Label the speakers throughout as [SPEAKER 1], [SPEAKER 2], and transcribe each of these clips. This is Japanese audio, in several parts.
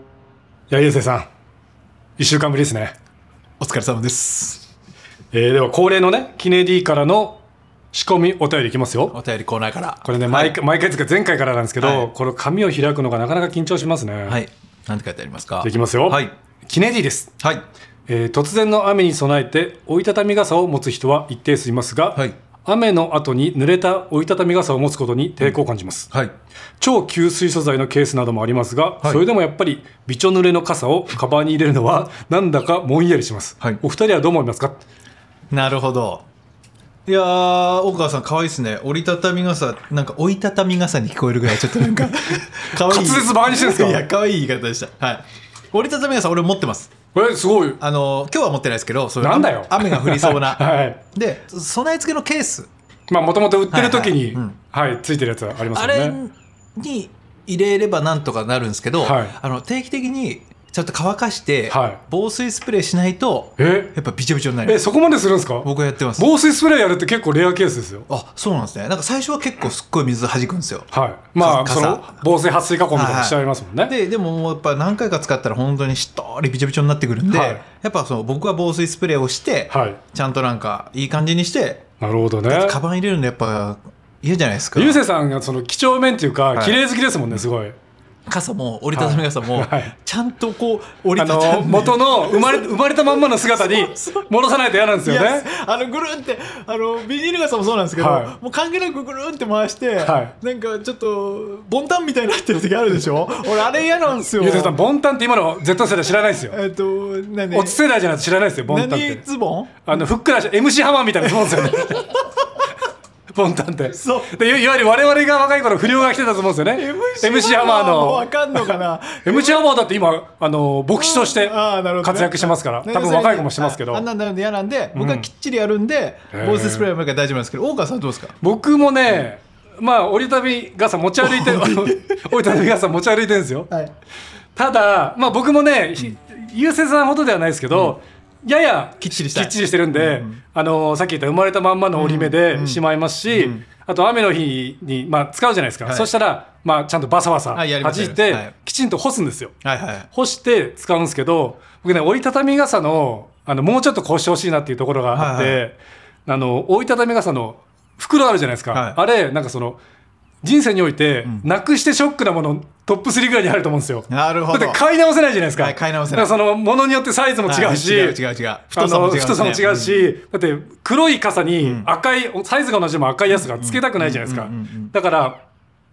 [SPEAKER 1] いや、ゆうせいさん、一週間ぶりですね。
[SPEAKER 2] お疲れ様です。
[SPEAKER 1] えー、では恒例のね、キネディからの仕込みお便りいきますよ。
[SPEAKER 2] お便りコーナーから。
[SPEAKER 1] これね、毎回、毎回つうか前回からなんですけど、
[SPEAKER 2] はい
[SPEAKER 1] この紙を開くのがなかなか緊張しますね。。
[SPEAKER 2] はいい。なんて書いてありますか
[SPEAKER 1] きますよ。
[SPEAKER 2] はい。
[SPEAKER 1] キネディです。
[SPEAKER 2] はい。
[SPEAKER 1] えー突然の雨に備えて折りたたみ傘を持つ人は一定数いますが、
[SPEAKER 2] はい
[SPEAKER 1] 雨の後に濡れた折りたたみ傘を持つことに抵抗を感じます、
[SPEAKER 2] はい。
[SPEAKER 1] 超吸水素材のケースなどもありますが、
[SPEAKER 2] い
[SPEAKER 1] それでもやっぱりびちょ濡れの傘をカバンに入れるのはなんだかもんやりします、
[SPEAKER 2] はい
[SPEAKER 1] お二人はどう思いますか
[SPEAKER 2] なるほど。いやー、大川さん、可愛いですね。折りたたみ傘、なんか、折りたたみ傘に聞こえるぐらい、ちょっとな んか、可愛い
[SPEAKER 1] 滑舌バカにしてんすか
[SPEAKER 2] いや、可愛い言い方でした。はい。折りたたみ傘、俺持ってます。
[SPEAKER 1] えすごい
[SPEAKER 2] あの、今日は持ってないですけど、そういう
[SPEAKER 1] なんだよ
[SPEAKER 2] 雨が降りそうな。
[SPEAKER 1] はい
[SPEAKER 2] で、備え付けのケース、
[SPEAKER 1] まあもともと売ってる時
[SPEAKER 2] はいはい
[SPEAKER 1] に
[SPEAKER 2] うん
[SPEAKER 1] はいついてるやつあります
[SPEAKER 2] あ
[SPEAKER 1] よ
[SPEAKER 2] れ
[SPEAKER 1] ね
[SPEAKER 2] に入れればなんとかなるんですけど、
[SPEAKER 1] はい
[SPEAKER 2] あの定期的にちゃんと乾かして、
[SPEAKER 1] はい
[SPEAKER 2] 防水スプレーしないと
[SPEAKER 1] え
[SPEAKER 2] やっぱびちょびちょになりま
[SPEAKER 1] え
[SPEAKER 2] す
[SPEAKER 1] そこまでするんですか
[SPEAKER 2] 僕はやってます
[SPEAKER 1] 防水スプレーやるって結構レアケースですよ
[SPEAKER 2] あそうなんですねなんか最初は結構すっごい水弾くんですよ
[SPEAKER 1] はいまあ
[SPEAKER 2] か
[SPEAKER 1] その
[SPEAKER 2] 傘
[SPEAKER 1] 防水撥水加工みたいなのしちゃいますもんね、
[SPEAKER 2] ででももうやっぱ何回か使ったら本当にしっとりびちょびちょになってくるんで、
[SPEAKER 1] はい
[SPEAKER 2] やっぱその僕は防水スプレーをして、
[SPEAKER 1] はい
[SPEAKER 2] ちゃんとなんかいい感じにして
[SPEAKER 1] なるほどね
[SPEAKER 2] カバン入れるのやっぱ嫌じゃないですか
[SPEAKER 1] ゆうせいさんがその几帳面っていうか、
[SPEAKER 2] い
[SPEAKER 1] 綺麗好きですもんねすごい
[SPEAKER 2] 傘も折りたたみ傘も、
[SPEAKER 1] はいはい
[SPEAKER 2] ちゃんとこう折
[SPEAKER 1] あ
[SPEAKER 2] りたた
[SPEAKER 1] の
[SPEAKER 2] んで
[SPEAKER 1] 元の生まれ生まれたまんまの姿に戻さないと嫌なんですよ
[SPEAKER 2] いや
[SPEAKER 1] ね
[SPEAKER 2] あのぐるんってあのビニール傘もそうなんですけど、
[SPEAKER 1] はい
[SPEAKER 2] もう関係なくぐるんって回して、
[SPEAKER 1] は
[SPEAKER 2] なんかちょっとボンタンみたいになってる時あるでし ょ俺あれ嫌なんですよ
[SPEAKER 1] ゆうせいさんボンタンって今の Z 世代知らないですよ
[SPEAKER 2] えっと何
[SPEAKER 1] オツ世代じゃないと知らないですよボンタンっ
[SPEAKER 2] 何
[SPEAKER 1] て
[SPEAKER 2] ズボン
[SPEAKER 1] あのふっくらした MC ハマーみたいなもんですよね ボンタンって
[SPEAKER 2] そう
[SPEAKER 1] でいいわゆる我々が若い頃不良が来てたと思うんですよね MC ハマー
[SPEAKER 2] も
[SPEAKER 1] の
[SPEAKER 2] わかんのかな
[SPEAKER 1] MC ハマーだって今あの牧師として
[SPEAKER 2] あーなるほどね
[SPEAKER 1] 活躍してますから
[SPEAKER 2] ね
[SPEAKER 1] 多分若い子もしてますけど
[SPEAKER 2] ああんなんなるんで嫌なんで僕はきっちりやるんで、
[SPEAKER 1] うん
[SPEAKER 2] 防水スプレーは毎回大丈夫なんですけど大川さんどうですか
[SPEAKER 1] 僕もね、まあ折りたたみ傘持ち歩い て折りたたみ傘持ち歩いてるんですよ
[SPEAKER 2] はい
[SPEAKER 1] ただまあ僕もね、ひゆうせいさんほどではないですけど、やや
[SPEAKER 2] きっちりしたい
[SPEAKER 1] してるんで、あのーさっき言った生まれたまんまの折り目でしまいますし、あと雨の日に、まあ、使うじゃないですか、
[SPEAKER 2] はい
[SPEAKER 1] そしたら、まあ、ちゃんとバサバサ
[SPEAKER 2] は
[SPEAKER 1] 弾
[SPEAKER 2] いやります
[SPEAKER 1] いて、
[SPEAKER 2] はい
[SPEAKER 1] きちんと干すんですよ
[SPEAKER 2] はいはい
[SPEAKER 1] 干して使うんですけど僕ね折りたたみ傘のあのもうちょっとこうしてほしいなっていうところがあって、
[SPEAKER 2] はい
[SPEAKER 1] あの折りたたみ傘の袋あるじゃないですか、
[SPEAKER 2] はい
[SPEAKER 1] あれなんかその人生において、なくしてショックなものトップ3ぐらいに入ると思うんですよ。
[SPEAKER 2] なるほど
[SPEAKER 1] だって買い直せないじゃないですか。
[SPEAKER 2] はい買い直せな
[SPEAKER 1] だ
[SPEAKER 2] い
[SPEAKER 1] からそのものによってサイズも違うし、
[SPEAKER 2] はい違う違う違う太さも違う、ね、
[SPEAKER 1] あの太さも違うし、だって黒い傘に赤い、サイズが同じでも赤いやつがつけたくないじゃないですか、
[SPEAKER 2] うんうんうんうん
[SPEAKER 1] だから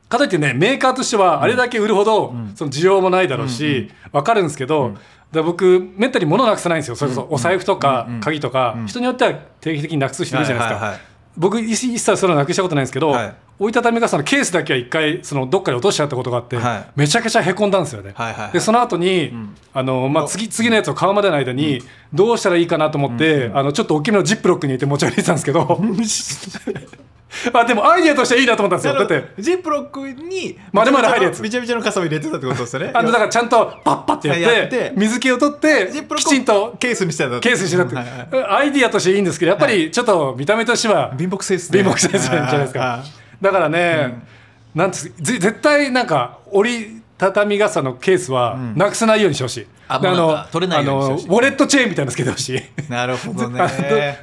[SPEAKER 1] かといってねメーカーとしてはあれだけ売るほど、その需要もないだろうし、わかるんですけど、だから僕めったに物なくさないんですよそれこそお財布とか鍵とか、人によっては定期的になくす人いるじゃないですか、
[SPEAKER 2] はいはいはい
[SPEAKER 1] 僕一一切それはなくしたことないんですけど、
[SPEAKER 2] はい
[SPEAKER 1] 折りたたみ傘のケースだけは一回そのどっかで落としちゃったことがあって、
[SPEAKER 2] はい
[SPEAKER 1] めちゃくちゃへこんだんですよね、
[SPEAKER 2] はいはいはい
[SPEAKER 1] でその後に、あのまあ次次のやつを買うまでの間にどうしたらいいかなと思って、あのちょっと大きめのジップロックに入れて持ち歩いてたんですけど あでもアイデアとしてはいいなと思ったんですよだって
[SPEAKER 2] ジップロックに
[SPEAKER 1] 丸々入るやつ
[SPEAKER 2] びちゃびちゃの傘を入れてたってことですよね
[SPEAKER 1] あのだからちゃんとパッパってやって
[SPEAKER 2] やって
[SPEAKER 1] 水気を取って
[SPEAKER 2] ジップロッ
[SPEAKER 1] き
[SPEAKER 2] クを
[SPEAKER 1] ちんと
[SPEAKER 2] ケースにしてた
[SPEAKER 1] ケースにしなくて、
[SPEAKER 2] はいは
[SPEAKER 1] ア
[SPEAKER 2] い
[SPEAKER 1] イディアとしていいんですけどやっぱりちょっと見た目としては
[SPEAKER 2] 貧乏性ですね
[SPEAKER 1] 貧乏先生じゃないです
[SPEAKER 2] はい
[SPEAKER 1] か
[SPEAKER 2] はい。
[SPEAKER 1] だからね、なんつぜ絶対なんか折りたたみ傘のケースはなくさないようにしてほしい。
[SPEAKER 2] あ
[SPEAKER 1] で
[SPEAKER 2] もうなんか取れないようにしてほしい
[SPEAKER 1] あのウォレットチェーンみたいなのつけてほしい。
[SPEAKER 2] なるほどね
[SPEAKER 1] あ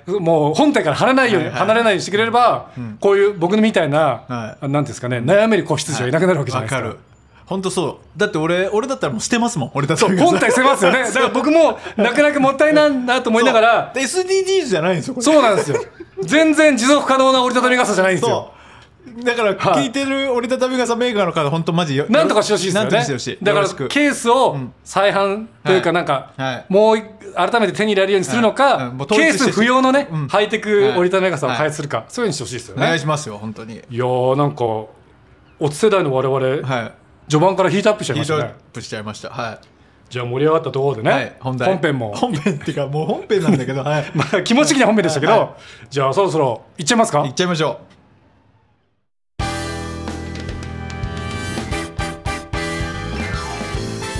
[SPEAKER 1] のもう本体から離れないように、
[SPEAKER 2] はいはい
[SPEAKER 1] 離れないようにしてくれれば、こういう僕みたいな、な
[SPEAKER 2] は
[SPEAKER 1] んていうんですかね悩める子羊はいなくなるわけじゃな
[SPEAKER 2] わ
[SPEAKER 1] いですか。
[SPEAKER 2] かる本当そうだって俺俺だったらもう捨てますもん俺だった
[SPEAKER 1] そう
[SPEAKER 2] ら
[SPEAKER 1] 本体捨てますよね。だから僕もなかなかもったいないなと思いながら
[SPEAKER 2] で SDGs じゃないんですよこれ
[SPEAKER 1] そうなんですよ。全然持続可能な折りたたみ傘じゃないんですよ
[SPEAKER 2] そ。うだから
[SPEAKER 1] はい
[SPEAKER 2] 聞いてる折りたたみ傘メーカーの方本当マジよ
[SPEAKER 1] なんとかしてほしいですよ
[SPEAKER 2] な
[SPEAKER 1] ね。
[SPEAKER 2] んとかしてほしい
[SPEAKER 1] だか
[SPEAKER 2] よ
[SPEAKER 1] ら
[SPEAKER 2] ろしく
[SPEAKER 1] ケースを再販という
[SPEAKER 2] は
[SPEAKER 1] か
[SPEAKER 2] い
[SPEAKER 1] なんか、
[SPEAKER 2] はい
[SPEAKER 1] もう一改めて手に入れられるようにするのか、
[SPEAKER 2] はいうんもう統
[SPEAKER 1] ケー
[SPEAKER 2] 一して
[SPEAKER 1] ス不要のね、
[SPEAKER 2] うん
[SPEAKER 1] ハイテク
[SPEAKER 2] はい
[SPEAKER 1] 折りたたみ傘を開発するか、そういうようにしてほしいですよ
[SPEAKER 2] お
[SPEAKER 1] ね。
[SPEAKER 2] 願い
[SPEAKER 1] い、
[SPEAKER 2] しますよ本当に
[SPEAKER 1] やーなんかオツ世代の我々、
[SPEAKER 2] は
[SPEAKER 1] 序盤からヒートアップしちゃ
[SPEAKER 2] い
[SPEAKER 1] い
[SPEAKER 2] ヒ
[SPEAKER 1] まし
[SPEAKER 2] ート
[SPEAKER 1] た
[SPEAKER 2] ア
[SPEAKER 1] ね
[SPEAKER 2] ッ。プしちゃいましたは
[SPEAKER 1] じゃあ盛り上がったところで
[SPEAKER 2] い
[SPEAKER 1] ね、
[SPEAKER 2] はい本題
[SPEAKER 1] 編も。
[SPEAKER 2] 本編っていうかもう本編なんだけ どはい
[SPEAKER 1] ま あ気持ち的には本編でしたけど、
[SPEAKER 2] はい
[SPEAKER 1] じゃあそろそろいっちゃいますか
[SPEAKER 2] いっちゃいましょ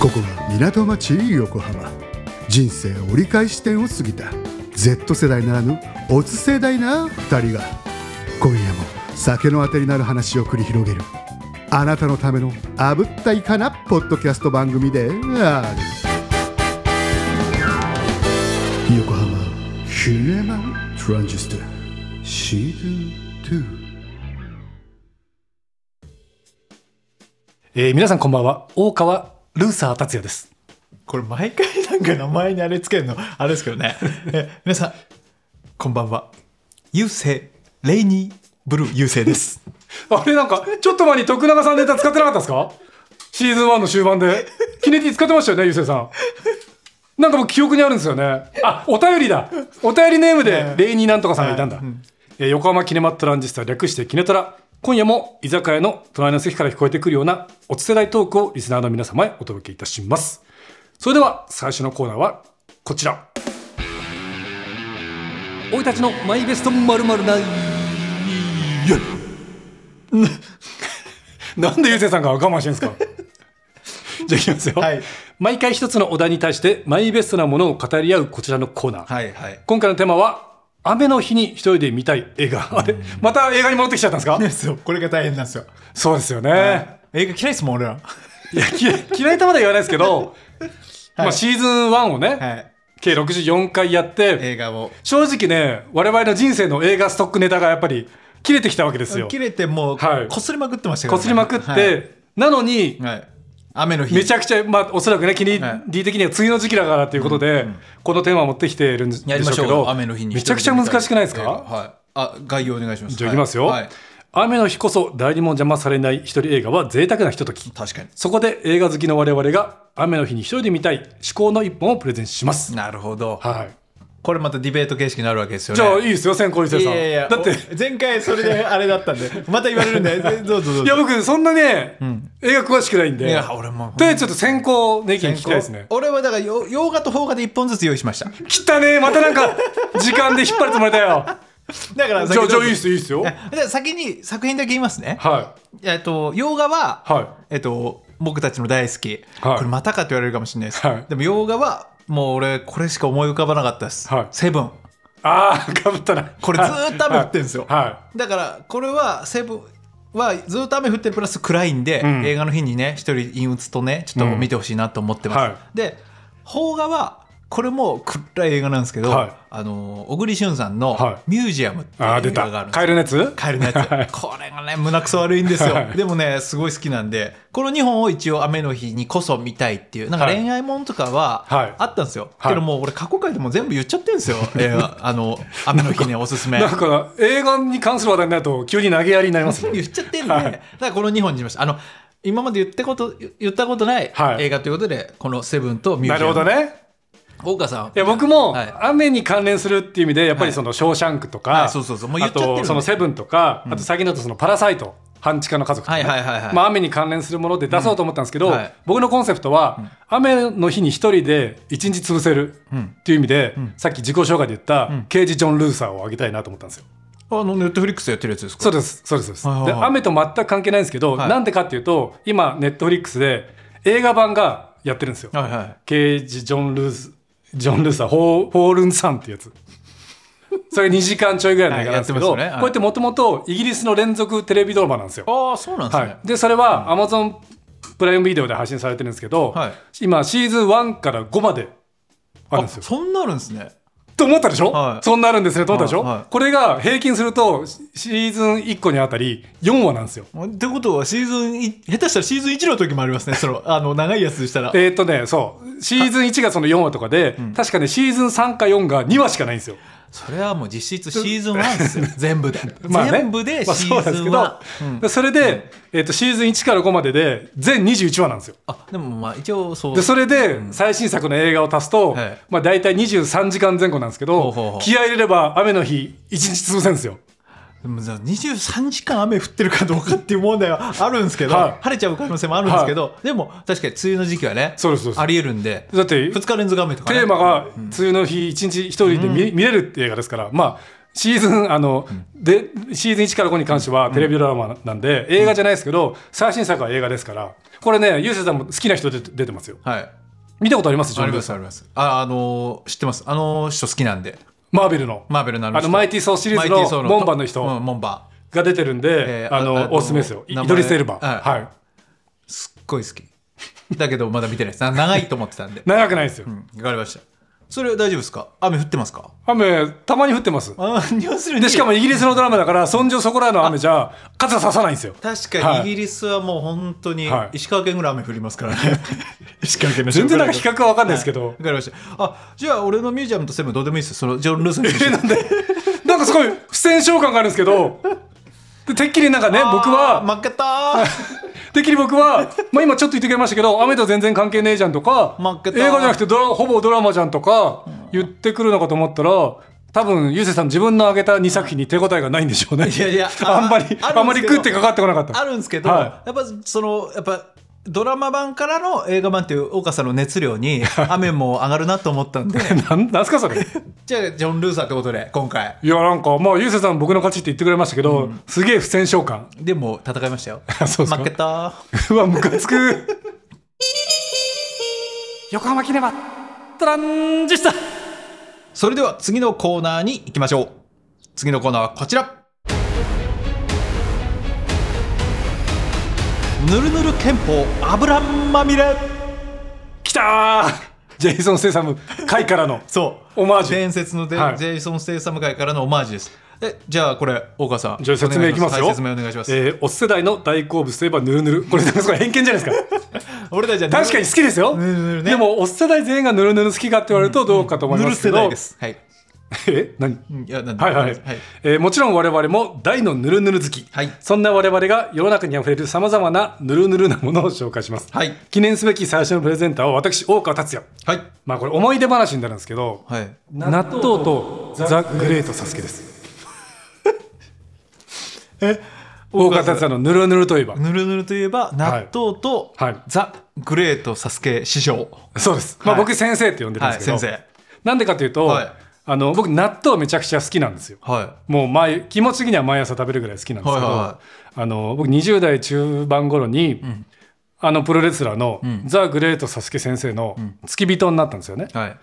[SPEAKER 3] ここは港町横浜人生折り返し点を過ぎた Z 世代ならぬオツ世代な2人が今夜も酒のあてになる話を繰り広げるあなたのためのあぶったいかなポッドキャスト番組であるシネマトランジスタシーズン
[SPEAKER 1] えー皆さんこんばんは大川ルーサー達也です
[SPEAKER 2] これ毎回なんか名前にあれつけるのあれですけどねえ皆さんこんばんは優勢レイニーブルー優勢です
[SPEAKER 1] あれなんかちょっと前に徳永さんネタ使ってなかったですかシーズン1の終盤でキネティ使ってましたよねゆうせいさんなんか僕記憶にあるんですよねあお便りだお便りネームでレイニーなんとかさんがいたんだ、えー横浜キネマトランジスタ略してキネトラ今夜も居酒屋の隣の席から聞こえてくるようなおつ世代トークをリスナーの皆様へお届けいたしますそれでは最初のコーナーはこちら生いたちのマイベストまるまるない なんでゆうせいさんが我慢してるんです かじゃあいきますよ、
[SPEAKER 2] はい
[SPEAKER 1] 毎回一つのお題に対してマイベストなものを語り合うこちらのコーナー、
[SPEAKER 2] はいはい
[SPEAKER 1] 今回のテーマは雨の日に一人で見たい映画あれまた映画に戻ってきちゃったんですか
[SPEAKER 2] ですよこれが大変なんですよ
[SPEAKER 1] そうですよね、
[SPEAKER 2] 映画嫌いですもん俺ら
[SPEAKER 1] い、や嫌い嫌いとまでは言わないですけど、まあ、シーズン1をね、
[SPEAKER 2] はい
[SPEAKER 1] 計64回やって
[SPEAKER 2] 映画を
[SPEAKER 1] 正直ね我々の人生の映画ストックネタがやっぱり切れてきたわけですよ
[SPEAKER 2] 切れてもう
[SPEAKER 1] はい
[SPEAKER 2] こすりまくってましたけど
[SPEAKER 1] こすりまくって、
[SPEAKER 2] はい
[SPEAKER 1] なのに
[SPEAKER 2] はい雨の日
[SPEAKER 1] めちゃくちゃ、まあ、おそらくね、キリ
[SPEAKER 2] はい
[SPEAKER 1] リ的には梅雨の時期だからということで、このテーマを持ってきてるんでしょう
[SPEAKER 2] やりまし
[SPEAKER 1] け
[SPEAKER 2] ょう
[SPEAKER 1] ど、
[SPEAKER 2] 雨の日に
[SPEAKER 1] めちゃくちゃ難しくないです
[SPEAKER 2] 映画
[SPEAKER 1] か
[SPEAKER 2] はいあ概要お願いします
[SPEAKER 1] じゃあいきますよ、
[SPEAKER 2] はいはい
[SPEAKER 1] 雨の日こそ誰にも邪魔されない一人映画は贅沢なひととき。
[SPEAKER 2] 確かに
[SPEAKER 1] そこで映画好きの我々が雨の日に一人で見たい思考の一本をプレゼンします。
[SPEAKER 2] なるほど
[SPEAKER 1] はい。
[SPEAKER 2] これまたディベート形式になるわけですよね
[SPEAKER 1] じゃあいいですよ、先行一生
[SPEAKER 2] い
[SPEAKER 1] さん。
[SPEAKER 2] やいやいや
[SPEAKER 1] だって、い
[SPEAKER 2] お前回それであれだったんで また言われるんでどうぞどうぞ
[SPEAKER 1] や僕そんなね、映画詳しくないんで。
[SPEAKER 2] いや俺も
[SPEAKER 1] とりあえずちょっと先行の意見聞きたいですね。
[SPEAKER 2] 俺はだからよ洋画と邦画で一本ずつ用意しました
[SPEAKER 1] 汚ねえ、またなんか時間で引っ張るつもりだ よ。
[SPEAKER 2] だから
[SPEAKER 1] じゃあ、じゃあいいっ
[SPEAKER 2] です
[SPEAKER 1] よ、いいっすよ。はい。
[SPEAKER 2] じゃあ先に作品だけ言いますね
[SPEAKER 1] は
[SPEAKER 2] えっと洋画は、
[SPEAKER 1] はい
[SPEAKER 2] えっと僕たちの大好き、
[SPEAKER 1] はい
[SPEAKER 2] これまたかって言われるかもしれないです、
[SPEAKER 1] はい
[SPEAKER 2] でも洋画はもう俺これしか思い浮かばなかったです、
[SPEAKER 1] はい
[SPEAKER 2] セブン
[SPEAKER 1] ああ、かぶったな。
[SPEAKER 2] これずーっと雨降ってんですよ
[SPEAKER 1] はいは
[SPEAKER 2] だからこれはセブンはずっと雨降ってるプラス暗いんで、
[SPEAKER 1] ん
[SPEAKER 2] 映画の日にね一人陰鬱とねちょっと見てほしいなと思ってます、
[SPEAKER 1] うんは
[SPEAKER 2] で邦画はこれも暗い映画なんですけど、
[SPEAKER 1] はい
[SPEAKER 2] あの小栗旬さんの
[SPEAKER 1] は
[SPEAKER 2] 「ミュージアム」って
[SPEAKER 1] い。
[SPEAKER 2] いう
[SPEAKER 1] ああ、出
[SPEAKER 2] 映画があ
[SPEAKER 1] た
[SPEAKER 2] るん。です
[SPEAKER 1] カエルのやつ
[SPEAKER 2] カエ ルのやつ、これがね胸くそ悪いんですよ、
[SPEAKER 1] はい
[SPEAKER 2] でもねすごい好きなんでこの2本を一応雨の日にこそ見たいっていうなんか
[SPEAKER 1] はい
[SPEAKER 2] 恋愛もんとかは
[SPEAKER 1] はい
[SPEAKER 2] あったんですよ、
[SPEAKER 1] はい
[SPEAKER 2] けどもう俺過去回でも全部言っちゃってるんですよ、映画あの雨の日におすす め
[SPEAKER 1] なんか映画に関する話題になると急に投げやりになります ね。
[SPEAKER 2] 言っちゃってんで、
[SPEAKER 1] はい
[SPEAKER 2] だからこの2本にしましたあの今まで言ったこと言ったことない
[SPEAKER 1] はい
[SPEAKER 2] 映画ということで、この「セブンと「ミュー
[SPEAKER 1] な
[SPEAKER 2] ジ
[SPEAKER 1] る
[SPEAKER 2] ア
[SPEAKER 1] ほ
[SPEAKER 2] ム
[SPEAKER 1] どね。
[SPEAKER 2] 大川さん
[SPEAKER 1] いや僕も
[SPEAKER 2] はい
[SPEAKER 1] 雨に関連するっていう意味でやっぱりその「ショーシャンク」と
[SPEAKER 2] は
[SPEAKER 1] か
[SPEAKER 2] いそうそうそうもう言っ
[SPEAKER 1] あ
[SPEAKER 2] ちゃってるんで
[SPEAKER 1] とその「セブン」とかあと最近だとその「パラサイト」半地下の家族とかね
[SPEAKER 2] はいはいはいはい
[SPEAKER 1] まあ雨に関連するもので出そうと思ったんですけ
[SPEAKER 2] う
[SPEAKER 1] ど
[SPEAKER 2] んはい
[SPEAKER 1] 僕のコンセプトは雨の日に一人で一日潰せるっていう意味でさっき自己紹介で言った刑事ジョン・ルーサーをあげたいなと思ったんですよ。
[SPEAKER 2] あのネットフリックスやってるやつですか
[SPEAKER 1] そうです、そうです、そうです
[SPEAKER 2] はいはい
[SPEAKER 1] で
[SPEAKER 2] はい
[SPEAKER 1] 雨と全く関係ないんですけど、
[SPEAKER 2] はい
[SPEAKER 1] なんでかっていうと、今、ネットフリックスで映画版がやってるんですよ。
[SPEAKER 2] はいはい
[SPEAKER 1] 刑事ジョン・ルース、ジョン・ルーサー、ホーホールンさんってやつ。それ2時間ちょいぐらいの映画なんですけど、
[SPEAKER 2] はいやってますよねはい
[SPEAKER 1] こうやってもともとイギリスの連続テレビドラマなんですよ。
[SPEAKER 2] ああそうなんです
[SPEAKER 1] は
[SPEAKER 2] ね、
[SPEAKER 1] い、でそれは Amazon プライムビデオで配信されてるんですけど、
[SPEAKER 2] はい
[SPEAKER 1] 今シーズン1から5まであるん
[SPEAKER 2] あ
[SPEAKER 1] ですよ。
[SPEAKER 2] そんなあるんですね
[SPEAKER 1] と思ったでしょ、
[SPEAKER 2] はい
[SPEAKER 1] そんなあるんですねと思ったでしょ、
[SPEAKER 2] はいはい
[SPEAKER 1] これが平均するとシシーズン1個にあたり4話なんですよ。
[SPEAKER 2] ってことはシーズンい下手したらシーズン1の時もありますねそ のあの長いやつでしたら
[SPEAKER 1] えーっとね、そう。シーズン1がその4話とかで、確かね、シーズン3か4が2話しかないんですよ。
[SPEAKER 2] それはもう実質シーズン1ですよ全部で、
[SPEAKER 1] ね、
[SPEAKER 2] 全部 で
[SPEAKER 1] まあ
[SPEAKER 2] シーズン1、
[SPEAKER 1] そうなん
[SPEAKER 2] あ
[SPEAKER 1] ですけど、でそれで、えーっと、シーズン1から5までで、全21話なんですよ。
[SPEAKER 2] でもまあ一応そう
[SPEAKER 1] で、それで、最新作の映画を足すと、
[SPEAKER 2] はい
[SPEAKER 1] まあ、大体23時間前後なんですけ
[SPEAKER 2] ほ
[SPEAKER 1] ど
[SPEAKER 2] うほうほ、う
[SPEAKER 1] 気合い入れれば雨の日、1日潰せんですよ。
[SPEAKER 2] でもさ23時間雨降ってるかどうかっていう問題はあるんですけど、
[SPEAKER 1] はい
[SPEAKER 2] 晴れちゃう可能性もあるんですけど、でも確かに梅雨の時期はね
[SPEAKER 1] そうですそうです
[SPEAKER 2] ありえるんで
[SPEAKER 1] だって、
[SPEAKER 2] 2日連続雨とか、
[SPEAKER 1] テ
[SPEAKER 2] ね、
[SPEAKER 1] ーマが「梅雨の日一日一人で見,、見れる」って映画ですからまあシーズンあの、でシーズン1から5に関してはテレビドラマなんで、映画じゃないですけど最新作は映画ですからこれねゆうせいさんも好きな人で出てますよ
[SPEAKER 2] はい
[SPEAKER 1] 見たことありますジ
[SPEAKER 2] あ
[SPEAKER 1] ョン・
[SPEAKER 2] り
[SPEAKER 1] ル
[SPEAKER 2] ま
[SPEAKER 1] ース
[SPEAKER 2] すありますああのー知ってますあの人好きなんで
[SPEAKER 1] マーベルの
[SPEAKER 2] マーベルのあの
[SPEAKER 1] あ
[SPEAKER 2] 人
[SPEAKER 1] のマイティー・ソーシリーズ
[SPEAKER 2] マイティソー
[SPEAKER 1] の門番の人
[SPEAKER 2] うん門番
[SPEAKER 1] が出てるんで、
[SPEAKER 2] えー
[SPEAKER 1] あの
[SPEAKER 2] ああ
[SPEAKER 1] おすすめですよイ
[SPEAKER 2] 名前
[SPEAKER 1] ドリス・エルバ
[SPEAKER 2] はい
[SPEAKER 1] はい、
[SPEAKER 2] すっごい好きだけどまだ見てないですな長いと思ってたんで
[SPEAKER 1] 長くないですよ、
[SPEAKER 2] うんわかりましたそれは大丈夫ですか雨降ってますか
[SPEAKER 1] 雨たまに降ってます
[SPEAKER 2] あー要するに
[SPEAKER 1] でしかもイギリスのドラマだからそんじょそこらの雨じゃ傘ささないんですよ
[SPEAKER 2] 確かに
[SPEAKER 1] は
[SPEAKER 2] イ
[SPEAKER 1] い
[SPEAKER 2] ギリスはもう本当に
[SPEAKER 1] はい
[SPEAKER 2] 石川県ぐらい雨降ります からね、石川県の
[SPEAKER 1] 全然なんか比
[SPEAKER 2] 光
[SPEAKER 1] 較は分かんないですけど、
[SPEAKER 2] わかりましたあじゃあ俺のミュージアムとセブンどうでもいいですそのジョン・ルーソンにして
[SPEAKER 1] なんでなんかすごい不戦勝感があるんですけどでてっきりなんかね僕は、
[SPEAKER 2] あー負 けた
[SPEAKER 1] てっきり僕は、まあ、今ちょっと言ってくれましたけど雨と全然関係ねえじゃんとか
[SPEAKER 2] 負け
[SPEAKER 1] 映
[SPEAKER 2] た
[SPEAKER 1] 画じゃなくてドラほぼドラマじゃんとか言ってくるのかと思ったら多分ゆうせいさん自分の挙げた2作品に手応えがないんでしょうね
[SPEAKER 2] いやいや
[SPEAKER 1] あんまり
[SPEAKER 2] あるんですけ
[SPEAKER 1] あ
[SPEAKER 2] ど
[SPEAKER 1] んまり食ってかかってこ なかった
[SPEAKER 2] あるんですけど、
[SPEAKER 1] は
[SPEAKER 2] やっぱそのやっぱドラマ版からの映画版っていう岡さんの熱量に雨も上がるなと思ったんで
[SPEAKER 1] なんなんすかそれ
[SPEAKER 2] じゃあジョン・ルーサーってことで今回
[SPEAKER 1] いやなんかまあゆうせいさん僕の勝ちって言ってくれましたけど、すげえ不戦勝感
[SPEAKER 2] でも戦いましたよ
[SPEAKER 1] そうですか
[SPEAKER 2] 負けた
[SPEAKER 1] うわムカつく横浜キネマトランジスタ
[SPEAKER 2] それでは次のコーナーに行きましょう次のコーナーはこちらぬるぬる憲法油まみれ
[SPEAKER 1] きたージェイソン・ステイサム回からの
[SPEAKER 2] そう
[SPEAKER 1] オマージュ
[SPEAKER 2] 伝説ので、
[SPEAKER 1] はい
[SPEAKER 2] ジェイソン・ステイサム会からのオマージュですえじゃあこれ大川さん
[SPEAKER 1] じゃあ説明いきますよ。
[SPEAKER 2] はい説明お願いします、
[SPEAKER 1] えーお世代の大好物といえばぬるぬる。これ、なんかそれ偏見じゃない ですか。
[SPEAKER 2] 俺たちはぬる
[SPEAKER 1] 確かに好きですよ。
[SPEAKER 2] ぬるぬるね
[SPEAKER 1] でも、お世代全員がぬるぬる好きかって言われるとどうかと思い
[SPEAKER 2] ぬ
[SPEAKER 1] ま
[SPEAKER 2] る
[SPEAKER 1] すけ
[SPEAKER 2] 世
[SPEAKER 1] ど。
[SPEAKER 2] 代ですはい
[SPEAKER 1] え何
[SPEAKER 2] うんいやなんで
[SPEAKER 1] はいはい、えーもちろん我々も大のぬるぬる好き、
[SPEAKER 2] はい
[SPEAKER 1] そんな我々が世の中にあふれるさまざまなぬるぬるなものを紹介します、
[SPEAKER 2] はい
[SPEAKER 1] 記念すべき最初のプレゼンターは私大川達也
[SPEAKER 2] はい
[SPEAKER 1] まあこれ思い出話になるんですけど、
[SPEAKER 2] はい
[SPEAKER 1] 納豆とザ・グレート・サスケです
[SPEAKER 2] え
[SPEAKER 1] 大川達也のぬるぬるといえば
[SPEAKER 2] ぬるぬるといえば納豆と、
[SPEAKER 1] はい
[SPEAKER 2] ザ・グレート・サスケ師匠
[SPEAKER 1] そうです、まあ、
[SPEAKER 2] はい
[SPEAKER 1] 僕先生って呼んでるんですけど、
[SPEAKER 2] はい先生
[SPEAKER 1] なんでかというと、
[SPEAKER 2] はい
[SPEAKER 1] あの僕納豆めちゃくちゃ好きなんですよ
[SPEAKER 2] は
[SPEAKER 1] もう毎気持ち的には毎朝食べるぐらい好きなんですけど、
[SPEAKER 2] はいはいは
[SPEAKER 1] あの僕20代中盤頃に、あのプロレスラーの、ザ・グレート・サスケ先生の付き人になったんですよね。
[SPEAKER 2] いはい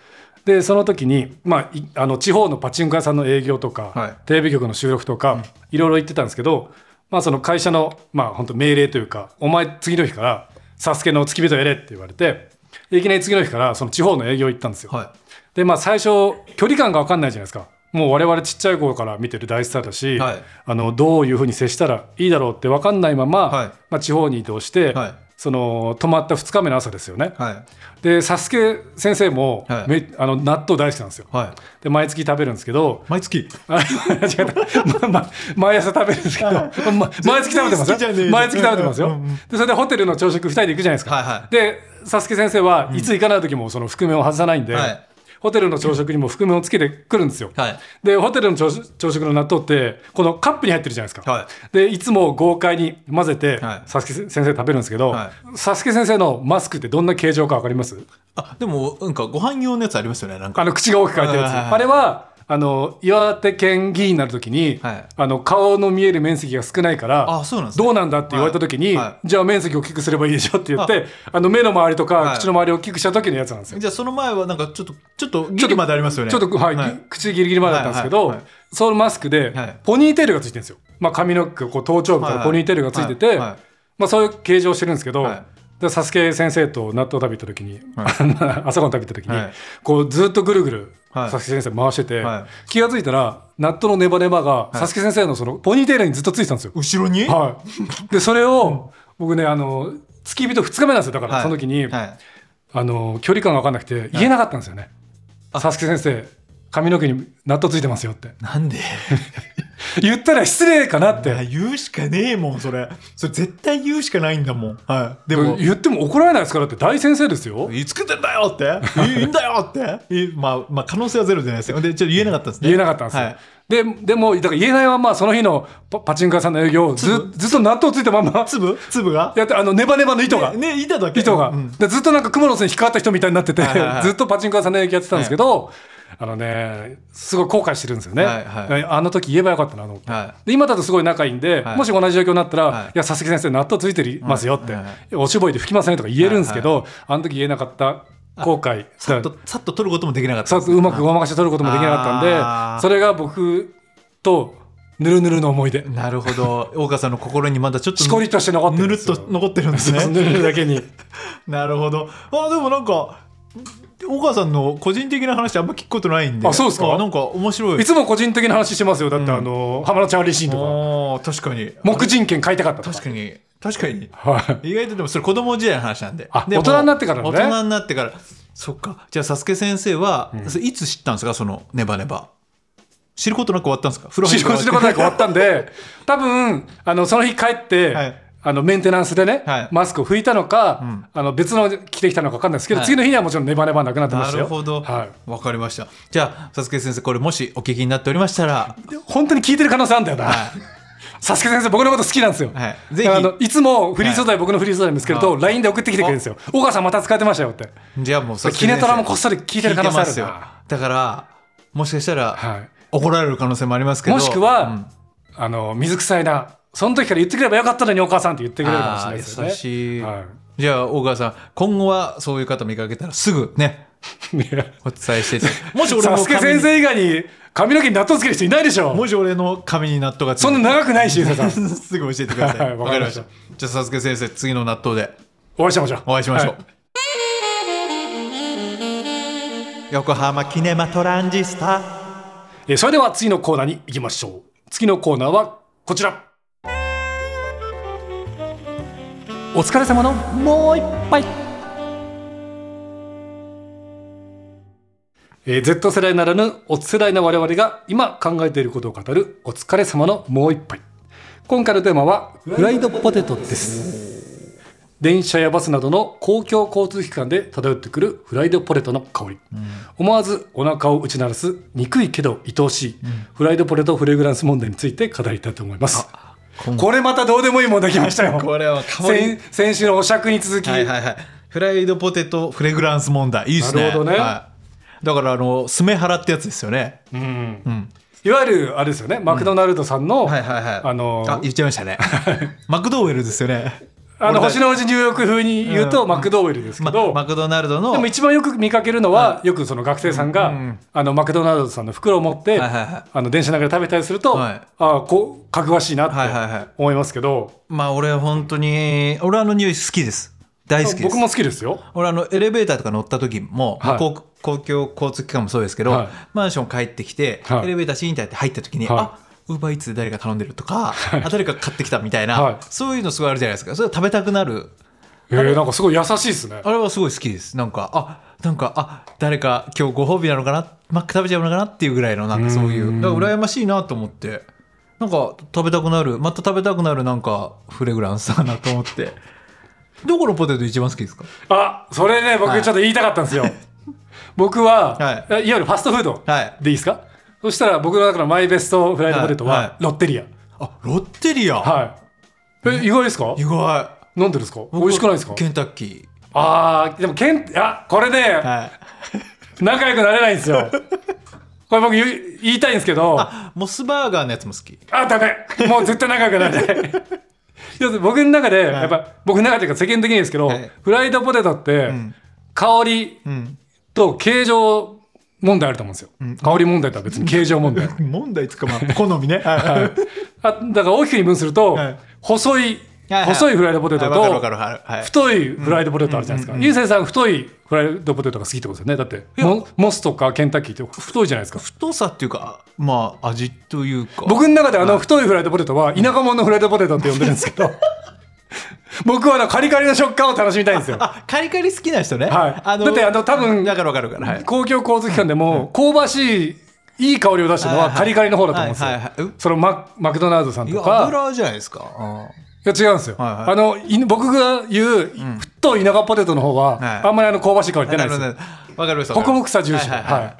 [SPEAKER 1] でその時に、まあ、いあの地方のパチンコ屋さんの営業とか、
[SPEAKER 2] はい
[SPEAKER 1] テレビ局の収録とか、いろいろ行ってたんですけど、まあ、その会社の、まあ、本当命令というか「お前次の日からサスケの付き人やれ」って言われてでいきなり次の日からその地方の営業行ったんですよ。
[SPEAKER 2] は
[SPEAKER 1] でまあ最初距離感が分かんないじゃないですかもう我々ちっちゃい頃から見てる大スターだし、
[SPEAKER 2] はい
[SPEAKER 1] あのどういうふうに接したらいいだろうって分かんないまま、
[SPEAKER 2] はい
[SPEAKER 1] まあ、地方に移動して、
[SPEAKER 2] はい
[SPEAKER 1] その泊まった2日目の朝ですよね、
[SPEAKER 2] いはい
[SPEAKER 1] でサスケ先生も、
[SPEAKER 2] はい
[SPEAKER 1] めあの納豆大好きなんですよ、
[SPEAKER 2] はい
[SPEAKER 1] で毎月食べるんですけど
[SPEAKER 2] 毎月
[SPEAKER 1] あ違った、まま、毎朝食べるんですけど、ま、毎月食べてます
[SPEAKER 2] 全然好きじゃねえ
[SPEAKER 1] よ
[SPEAKER 2] よ
[SPEAKER 1] 毎月食べてます
[SPEAKER 2] うんう
[SPEAKER 1] よ
[SPEAKER 2] ん
[SPEAKER 1] でそれでホテルの朝食2人で行くじゃないですか、
[SPEAKER 2] はいはい
[SPEAKER 1] でサスケ先生はいつ行かない時もその覆面を外さないんで、
[SPEAKER 2] はい
[SPEAKER 1] ホテルの朝食にも覆面をつけてくるんですよ、
[SPEAKER 2] はい
[SPEAKER 1] でホテルの朝食朝食の納豆ってこのカップに入ってるじゃないですか、
[SPEAKER 2] はい
[SPEAKER 1] でいつも豪快に混ぜて、
[SPEAKER 2] はい
[SPEAKER 1] サスケ先生食べるんですけど、
[SPEAKER 2] は
[SPEAKER 1] サスケ先生のマスクってどんな形状か分かります
[SPEAKER 2] あでもなんかご飯用のやつありますよねなんか
[SPEAKER 1] あの口が大きく開いたやつ、
[SPEAKER 2] はいはいはい
[SPEAKER 1] あれはあの岩手県議員になるときに、
[SPEAKER 2] はい
[SPEAKER 1] あの顔の見える面積が少ないから
[SPEAKER 2] あそうなんですね
[SPEAKER 1] どうなんだって言われたときに、
[SPEAKER 2] はいは
[SPEAKER 1] じゃあ面積を大きくすればいいでしょって言って
[SPEAKER 2] はい
[SPEAKER 1] あの目の周りと
[SPEAKER 2] は
[SPEAKER 1] か
[SPEAKER 2] い
[SPEAKER 1] 口の周りを大きくした時のやつなんですよ。
[SPEAKER 2] じゃあその前はなんかちょっとちょっとギリまでありますよね
[SPEAKER 1] ちょっと、はいぎ口ギリギリまでだったんですけど、
[SPEAKER 2] はいはいはい
[SPEAKER 1] そのマスクで
[SPEAKER 2] はい
[SPEAKER 1] ポニーテールがついてるんですよ、まあ、髪の毛こう頭頂部か
[SPEAKER 2] はいは
[SPEAKER 1] ら
[SPEAKER 2] い
[SPEAKER 1] ポニーテールがついてて、
[SPEAKER 2] はいはい
[SPEAKER 1] まあ、そういう形状してるんですけど、
[SPEAKER 2] はい
[SPEAKER 1] でサスケ先生と納豆を食べた時に、
[SPEAKER 2] は
[SPEAKER 1] 朝ごはん食べた時に、
[SPEAKER 2] はい
[SPEAKER 1] こうずっとぐるぐる
[SPEAKER 2] はい
[SPEAKER 1] サスケ先生回してて、
[SPEAKER 2] は
[SPEAKER 1] 気が付いたら納豆のネバネバが、サスケ先生のそのポニーテールにずっとついてたんですよ。
[SPEAKER 2] 後ろに、
[SPEAKER 1] はい、でそれを僕ねあの付き人2日目なんですよだから、
[SPEAKER 2] はい
[SPEAKER 1] その時に、
[SPEAKER 2] はい
[SPEAKER 1] あの距離感が分かんなくて言えなかったんですよね、佐助先生髪の毛に納豆ついてますよって
[SPEAKER 2] なんで
[SPEAKER 1] 言ったら失礼かなっ
[SPEAKER 2] いや
[SPEAKER 1] て
[SPEAKER 2] 言うしかねえもんそれそれ絶対言うしかないんだもんはいでも
[SPEAKER 1] 言っても怒られないですからだって大先生ですよ
[SPEAKER 2] いつ作ってんだよっていいんだよっていまあまあ可能性はゼロじゃないですよでちょっと言えなかったんですね
[SPEAKER 1] 言えなかったんですよ、
[SPEAKER 2] はい
[SPEAKER 1] ででもだから言えないままその日のパパチンコ屋さんの営業をずずっと納豆ついたま ま
[SPEAKER 2] 粒粒が
[SPEAKER 1] やってあのネバネバの糸が、
[SPEAKER 2] ねね板だけ
[SPEAKER 1] 糸が、
[SPEAKER 2] うん
[SPEAKER 1] でずっとなんか蜘蛛の巣に引っかかった人みたいになってて、
[SPEAKER 2] はいはいはい
[SPEAKER 1] ずっとパチンコ屋さんの営業やってたんですけど、あのねすごい後悔してるんですよね、
[SPEAKER 2] はいはい
[SPEAKER 1] あの時言えばよかったなと思って、
[SPEAKER 2] は
[SPEAKER 1] で今だとすごい仲いいんで、
[SPEAKER 2] はい
[SPEAKER 1] もし同じ状況になったら、
[SPEAKER 2] はい
[SPEAKER 1] い、や佐々木先生納豆ついてりますよって、
[SPEAKER 2] はいはい
[SPEAKER 1] おしぼいで拭きませんとか言えるんですけど、あの時言えなかった後悔
[SPEAKER 2] さっとさっと取ることもできなかった
[SPEAKER 1] さ
[SPEAKER 2] ん
[SPEAKER 1] っ
[SPEAKER 2] です
[SPEAKER 1] とうまくごまかして取ることもできなかったんで、
[SPEAKER 2] あー
[SPEAKER 1] それが僕とぬるぬるの思い出
[SPEAKER 2] なるほど大川さんの心にまだちょっと
[SPEAKER 1] しこりとして残って
[SPEAKER 2] ぬ
[SPEAKER 1] んで
[SPEAKER 2] るっ
[SPEAKER 1] すよ
[SPEAKER 2] と残ってるんです
[SPEAKER 1] そうそうぬ
[SPEAKER 2] ね
[SPEAKER 1] るぬるだけに
[SPEAKER 2] なるほどあでもなんか小川さんの個人的な話あんま聞くことないんで
[SPEAKER 1] あそうですか
[SPEAKER 2] なんか面白い
[SPEAKER 1] いつも個人的な話してますよだって、
[SPEAKER 2] うん
[SPEAKER 1] あの浜野チャーリーシーンとか
[SPEAKER 2] あー確かに
[SPEAKER 1] 黙人権買いたかったとか
[SPEAKER 2] 確かに確かに
[SPEAKER 1] はい
[SPEAKER 2] 意外とでもそれ子供時代の話なんで
[SPEAKER 1] あ
[SPEAKER 2] でも
[SPEAKER 1] 大人になってからのね
[SPEAKER 2] 大人になってからそっかじゃあサスケ先生は、それいつ知ったんですかそのネバネバ知ることなく終わったんですか風呂
[SPEAKER 1] 知
[SPEAKER 2] 入
[SPEAKER 1] ることなく終わったんで多分あのその日帰って、
[SPEAKER 2] はい
[SPEAKER 1] あのメンテナンスでね、
[SPEAKER 2] はい
[SPEAKER 1] マスクを拭いたのか、
[SPEAKER 2] ん
[SPEAKER 1] あの別の着てきたのか分かんないですけど、
[SPEAKER 2] はい
[SPEAKER 1] 次の日にはもちろんネバネバなくなってま
[SPEAKER 2] な
[SPEAKER 1] したよ
[SPEAKER 2] るほど、
[SPEAKER 1] は
[SPEAKER 2] わ
[SPEAKER 1] い、
[SPEAKER 2] かりましたじゃあサスケ先生これもしお聞きになっておりまし たら
[SPEAKER 1] 本当に聞いてる可能性あるんだよな、
[SPEAKER 2] はい
[SPEAKER 1] サスケ先生僕のこと好きなんですよ、
[SPEAKER 2] はい
[SPEAKER 1] ぜ
[SPEAKER 2] ぜひ
[SPEAKER 1] ひあのいつもフリー素材、僕のフリー素材見つけると
[SPEAKER 2] あ
[SPEAKER 1] LINE で送ってきてくれるんですよ小川さんまた使えてましたよって
[SPEAKER 2] じゃあもう
[SPEAKER 1] キネトラもこっそり聞いてる可能性ある
[SPEAKER 2] 聞いてま
[SPEAKER 1] な、
[SPEAKER 2] すよだからもしかしたら、
[SPEAKER 1] はい、
[SPEAKER 2] 怒られる可能性もありますけど
[SPEAKER 1] もしくは、あの水臭いなその時から言ってくればよかったのにお母さんって言ってくれるかもしれないですよ
[SPEAKER 2] あ
[SPEAKER 1] ね
[SPEAKER 2] ー優しい、
[SPEAKER 1] は
[SPEAKER 2] じゃあ大川さん今後はそういう方見かけたらすぐね
[SPEAKER 1] い、いや
[SPEAKER 2] お伝えして もし
[SPEAKER 1] サスケ
[SPEAKER 2] 髪
[SPEAKER 1] 先
[SPEAKER 2] に
[SPEAKER 1] 生以外に髪の毛に納豆つける人いないでしょ
[SPEAKER 2] もし俺の髪に納豆がつい
[SPEAKER 1] そんな 長くないし伊勢さん
[SPEAKER 2] 長 すぐ教えてくださ
[SPEAKER 1] はいい
[SPEAKER 2] わ、
[SPEAKER 1] わか
[SPEAKER 2] かり
[SPEAKER 1] り
[SPEAKER 2] ま
[SPEAKER 1] ま
[SPEAKER 2] し
[SPEAKER 1] した
[SPEAKER 2] たじゃあサスケ先生次の納豆で
[SPEAKER 1] お会いしましょう
[SPEAKER 2] お会いしましょう、
[SPEAKER 1] は
[SPEAKER 2] 横浜キネマトランジスタ
[SPEAKER 1] えーそれでは次のコーナーに行きましょう次のコーナーはこちらお疲れ様のもう一杯えー Z 世代ならぬおつ世代の我々が今考えていることを語るお疲れ様のもう一杯今回のテーマはフライドポテトです電車やバスなどの公共交通機関で漂ってくるフライドポテトの香り、思わずお腹を打ち鳴らす憎いけど愛おしい、フライドポテトフレグランス問題について語りたいと思います
[SPEAKER 2] 今
[SPEAKER 1] これまたどうでもいい問題来ましたよ
[SPEAKER 2] これは香り
[SPEAKER 1] 先先週のお酌に続き、
[SPEAKER 2] はいはいはいフライドポテトフレグランス問題いいですね
[SPEAKER 1] なるほどね
[SPEAKER 2] はい、だからあのスメハラってやつですよね
[SPEAKER 1] うん
[SPEAKER 2] ん
[SPEAKER 1] いわゆるあれですよねマクドナルドさんの、
[SPEAKER 2] はいはいはい。
[SPEAKER 1] あの
[SPEAKER 2] あ言っちゃいましたね。 マクドウェルですよね。
[SPEAKER 1] あの
[SPEAKER 2] 俺たち
[SPEAKER 1] 星の王子ニューヨーク風に言うと、
[SPEAKER 2] うん
[SPEAKER 1] マクドウェルですけ
[SPEAKER 2] ま
[SPEAKER 1] ど、
[SPEAKER 2] マクドナルドの。
[SPEAKER 1] でも一番よく見かけるのは、よくその学生さんが、
[SPEAKER 2] うん
[SPEAKER 1] あのマクドナルドさんの袋を持って、
[SPEAKER 2] はいはいはい
[SPEAKER 1] あの電車の中で食べたりすると、
[SPEAKER 2] はい
[SPEAKER 1] ああこうかぐわしいな
[SPEAKER 2] はいはいは
[SPEAKER 1] っ
[SPEAKER 2] い
[SPEAKER 1] て思いますけど、
[SPEAKER 2] まあ俺は本当に俺はあの匂い好きです。大好きです。
[SPEAKER 1] 僕も好きですよ。
[SPEAKER 2] 俺あのエレベーターとか乗った時も、
[SPEAKER 1] はい
[SPEAKER 2] 公公共交通機関もそうですけど、
[SPEAKER 1] はい
[SPEAKER 2] マンション帰ってきて、
[SPEAKER 1] はい
[SPEAKER 2] エレベーターシーンって入って入った時に、
[SPEAKER 1] はい
[SPEAKER 2] あウーバーイーツで誰か頼んでるとか、あ誰か買ってきたみたいな、
[SPEAKER 1] はい
[SPEAKER 2] そういうのすごいあるじゃないですかそれは食べたくなる
[SPEAKER 1] えー、なんかすごい優しいですね。
[SPEAKER 2] あれはすごい好きです。なんか、あ、なんか、あ、誰か今日ご褒美なのかな、マック食べちゃうのかなっていうぐらいの、なんかそういう、だから羨ましいなと思って、なんか食べたくなる、また食べたくなるなんかフレグランスだなと思って。どこのポテト一番好きですか
[SPEAKER 1] あそれね僕ちょっと言いたかったんですよ。僕は、、
[SPEAKER 2] はい
[SPEAKER 1] わゆるファストフード
[SPEAKER 2] はい
[SPEAKER 1] でいいですか、そしたら僕の中のマイベストフライドポテト
[SPEAKER 2] はいは
[SPEAKER 1] はいロッテリア。
[SPEAKER 2] あ、ロッテリア、
[SPEAKER 1] はい、え意外ですか
[SPEAKER 2] 意外。
[SPEAKER 1] 飲んでるんですか美味しくないですか
[SPEAKER 2] ケンタッキ
[SPEAKER 1] あーでもケンあこれね、
[SPEAKER 2] ー。はい。
[SPEAKER 1] 仲良くなれないんですよ。これ僕言い言いたいんですけど、あ、
[SPEAKER 2] あ、モスバーガーのやつも好き。
[SPEAKER 1] ダメもう絶対仲良くなれ ない。要するに僕の中で、やっぱ僕の中というか世間的にですけど、
[SPEAKER 2] はい
[SPEAKER 1] フライドポテトって、香り
[SPEAKER 2] ん
[SPEAKER 1] と形状問題あると思うんですよ。香り問題とは別に形状問題。
[SPEAKER 2] 問題つかまあ、好みね。は
[SPEAKER 1] あだから大きく二分すると、
[SPEAKER 2] はい
[SPEAKER 1] 細い、
[SPEAKER 2] いはい
[SPEAKER 1] 細いフライドポ
[SPEAKER 2] い
[SPEAKER 1] テト
[SPEAKER 2] わかるわかる
[SPEAKER 1] と、
[SPEAKER 2] わかる。はい。
[SPEAKER 1] 太いフライドポテトあるじゃないですか。ゆうせいさん、太いフライドポテトが好きってことですよね。だって、モモスとかケンタッキーって太いじゃないですか。
[SPEAKER 2] 太さっていうか、まあ、味というか。
[SPEAKER 1] 僕の中であの太いフライドポテトは田舎者のフライドポテトって呼んでるんですけど 僕はあのカリカリの食感を楽しみたいんですよ
[SPEAKER 2] あ、カリカリ好きな人ね。
[SPEAKER 1] はいだってあの多分
[SPEAKER 2] だからわかるわから。はい。
[SPEAKER 1] 公共交通機関でも香ばしいいい香りを出したの
[SPEAKER 2] はい
[SPEAKER 1] は
[SPEAKER 2] はい
[SPEAKER 1] カリカリの方だと思うんです
[SPEAKER 2] はいはいはい
[SPEAKER 1] よそのママクドナルドさん
[SPEAKER 2] い
[SPEAKER 1] と
[SPEAKER 2] や、
[SPEAKER 1] か
[SPEAKER 2] 油じゃないですか。あ
[SPEAKER 1] いや違うんですよ
[SPEAKER 2] はいはい
[SPEAKER 1] あのい僕が言う太い田舎ポテトの方
[SPEAKER 2] はい
[SPEAKER 1] はあんまりあの香ばしい香り
[SPEAKER 2] ー
[SPEAKER 1] 出ないです
[SPEAKER 2] な
[SPEAKER 1] よ
[SPEAKER 2] るほどわかりました。
[SPEAKER 1] 穀物さ重視
[SPEAKER 2] はいはい
[SPEAKER 1] は
[SPEAKER 2] はい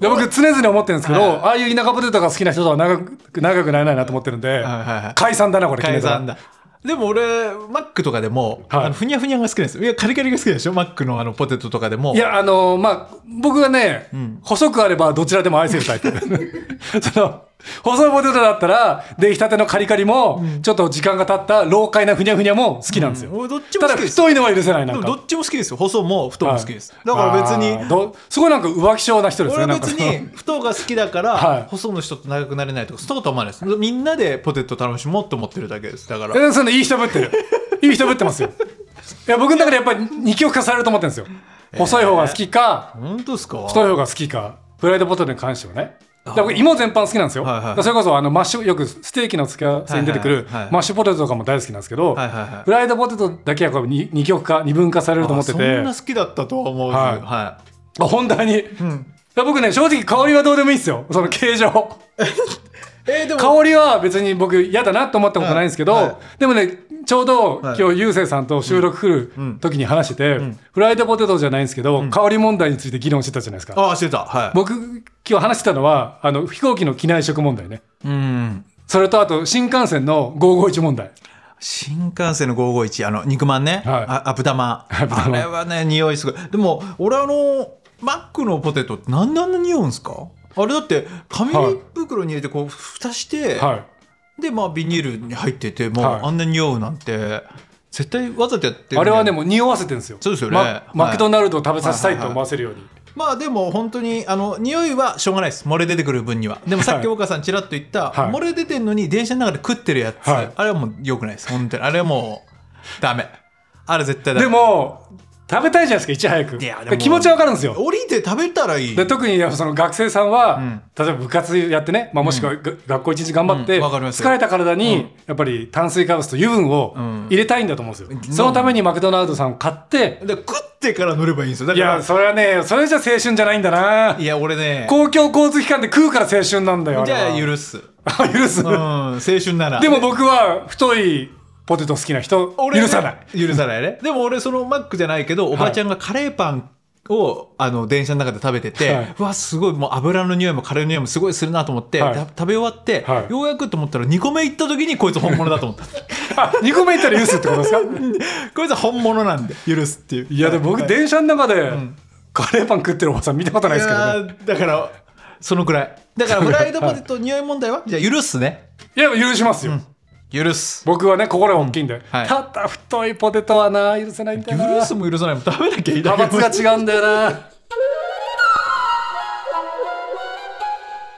[SPEAKER 1] で僕常々思ってるんですけど、ああいう田舎ポテトが好きな人とは長く長くなれないなと思ってるんで、
[SPEAKER 2] はいはい
[SPEAKER 1] 解散だなこれ
[SPEAKER 2] 解
[SPEAKER 1] 決めたら
[SPEAKER 2] 散だ。でも俺、マックとかでも、
[SPEAKER 1] はい
[SPEAKER 2] あのふにゃふにゃが好きなんですよ。いや、カリカリが好きでしょマックのあのポテトとかでも。
[SPEAKER 1] い、や、あのまあ、僕はね、細くあればどちらでも愛せるタイプ。 その、細いポテトだったら、出来たてのカリカリも、ちょっと時間が経った老快なふにゃふにゃも好きなんですよ。
[SPEAKER 2] 俺どっちも
[SPEAKER 1] ただ、
[SPEAKER 2] 好きです。で
[SPEAKER 1] 太いのは許せない、なん
[SPEAKER 2] も
[SPEAKER 1] か。
[SPEAKER 2] どっちも好きですよ。細も太も好きです。だから別
[SPEAKER 1] あー
[SPEAKER 2] に、
[SPEAKER 1] どすごいなんか浮気性な人です
[SPEAKER 2] 俺
[SPEAKER 1] ね、な
[SPEAKER 2] は
[SPEAKER 1] んか
[SPEAKER 2] 別
[SPEAKER 1] その。
[SPEAKER 2] に太が好きだ
[SPEAKER 1] は
[SPEAKER 2] から
[SPEAKER 1] い
[SPEAKER 2] 細の人と長くなれないとかそういうことは思わないですみんなでポテト楽しもうと思ってるだけですだから
[SPEAKER 1] え、そのいい人ぶってる。いい人ぶってますよ。いや、僕の中でやっぱり二極化されると思ってるんですよ。細い方が好きか、
[SPEAKER 2] 本当ですか
[SPEAKER 1] 太い方が好きかフライドポテトに関してはねだから僕
[SPEAKER 2] あ
[SPEAKER 1] 芋全般好きなんですよ、
[SPEAKER 2] はいはい
[SPEAKER 1] だからそれこそあのマッシュよくステーキの付け合わせに出てくる
[SPEAKER 2] はいはいはい
[SPEAKER 1] マッシュポテトとかも大好きなんですけど、
[SPEAKER 2] はいはいはい
[SPEAKER 1] フライドポテトだけはこうに二極化二分化されると思って
[SPEAKER 2] あそ
[SPEAKER 1] て
[SPEAKER 2] んな好きだったとは思う
[SPEAKER 1] はい
[SPEAKER 2] は
[SPEAKER 1] あ本当に、
[SPEAKER 2] いうん
[SPEAKER 1] 僕ね正直香りはどうでもいいんですよその形状
[SPEAKER 2] えーでも
[SPEAKER 1] 香りは別に僕嫌だなと思ったことないんですけど、
[SPEAKER 2] はいはい
[SPEAKER 1] でもねちょうど
[SPEAKER 2] はい
[SPEAKER 1] 今日ゆうせいさんと収録来る
[SPEAKER 2] うん
[SPEAKER 1] 時に話してて、
[SPEAKER 2] ん
[SPEAKER 1] フライドポテトじゃないんですけど、香り問題について議論してたじゃないですか
[SPEAKER 2] ああしてたはい
[SPEAKER 1] 僕今日話してたのはあの飛行機の機内食問題ね
[SPEAKER 2] うん
[SPEAKER 1] それとあと新幹線の551問題
[SPEAKER 2] 新幹線の551あの肉まんね、
[SPEAKER 1] はい
[SPEAKER 2] ああ豚まん
[SPEAKER 1] 豚ま
[SPEAKER 2] あ
[SPEAKER 1] ん
[SPEAKER 2] れはね匂いすごいでも俺あのマックのポテトってなんであんな匂うんすかあれだって紙
[SPEAKER 1] はい
[SPEAKER 2] 袋に入れてこう蓋して、
[SPEAKER 1] はい
[SPEAKER 2] でまあビニールに入っててもう、
[SPEAKER 1] はい
[SPEAKER 2] あんな匂うなんて絶対わざとやってる
[SPEAKER 1] あれはね
[SPEAKER 2] も
[SPEAKER 1] もう匂わせてるんですよ
[SPEAKER 2] そうですよね
[SPEAKER 1] ま
[SPEAKER 2] はい
[SPEAKER 1] マクドナルドを食べさせたいと思わせるように、
[SPEAKER 2] まあでも本当にあの匂いはしょうがないです漏れ出てくる分にはでもさっ
[SPEAKER 1] はい
[SPEAKER 2] き岡さんちらっと言った、
[SPEAKER 1] はい
[SPEAKER 2] 漏れ出てんのに電車の中で食ってるやつ、
[SPEAKER 1] はい
[SPEAKER 2] あれはもう良くないです本当にあれはもうダメあれ絶対ダメ
[SPEAKER 1] でも食べたいじゃないですかいち早く
[SPEAKER 2] いやでも
[SPEAKER 1] 気持ちはわかるんですよ
[SPEAKER 2] 降りて食べたらいい
[SPEAKER 1] で特にその学生さんは、
[SPEAKER 2] ん
[SPEAKER 1] 例えば部活やってね、まあ、もしくはが学校一日頑張って、
[SPEAKER 2] うんわかりますよ
[SPEAKER 1] 疲れた体に、
[SPEAKER 2] うん
[SPEAKER 1] やっぱり炭水化物と油分を
[SPEAKER 2] ん
[SPEAKER 1] 入れたいんだと思うんですよ、
[SPEAKER 2] うん
[SPEAKER 1] そのためにマクドナルドさんを買って、
[SPEAKER 2] で食ってから乗ればいいんですよだ
[SPEAKER 1] い
[SPEAKER 2] から
[SPEAKER 1] やそれはねそれじゃ青春じゃないんだない
[SPEAKER 2] や俺ね
[SPEAKER 1] 公共交通機関で食うから青春なんだよ
[SPEAKER 2] じゃあ
[SPEAKER 1] る
[SPEAKER 2] 許す、
[SPEAKER 1] 許す、
[SPEAKER 2] うん、青春なら
[SPEAKER 1] でも僕は太いポテト好きな人
[SPEAKER 2] 俺ね
[SPEAKER 1] 許さない
[SPEAKER 2] 許さないね でも俺そのマックじゃないけどおばちゃんがカレーパンをあの電車の中で食べてて、
[SPEAKER 1] はいう
[SPEAKER 2] わすごいもう油の匂いもカレーの匂いもすごいするなと思って、
[SPEAKER 1] はい
[SPEAKER 2] た食べ終わって、
[SPEAKER 1] はい
[SPEAKER 2] ようやくと思ったら2個目行った時にこいつ本物だと 思った
[SPEAKER 1] あ2個目行ったら許すってこと ですか
[SPEAKER 2] こいつは本物なんで許すっていう
[SPEAKER 1] いやでも僕電車の中でカレーパン食ってるおばさん見たことないですけどね
[SPEAKER 2] いやーだからそのくらいだからフライドポテト匂い問題はじゃあ許すね
[SPEAKER 1] いや許しますよ、
[SPEAKER 2] 許す
[SPEAKER 1] 僕はね心が大きいんで、
[SPEAKER 2] はい
[SPEAKER 1] ただ太いポテトはな許せないんだ
[SPEAKER 2] 許
[SPEAKER 1] よな
[SPEAKER 2] すも許さないも食べなきゃいいだけ
[SPEAKER 1] 派閥が違うんだよな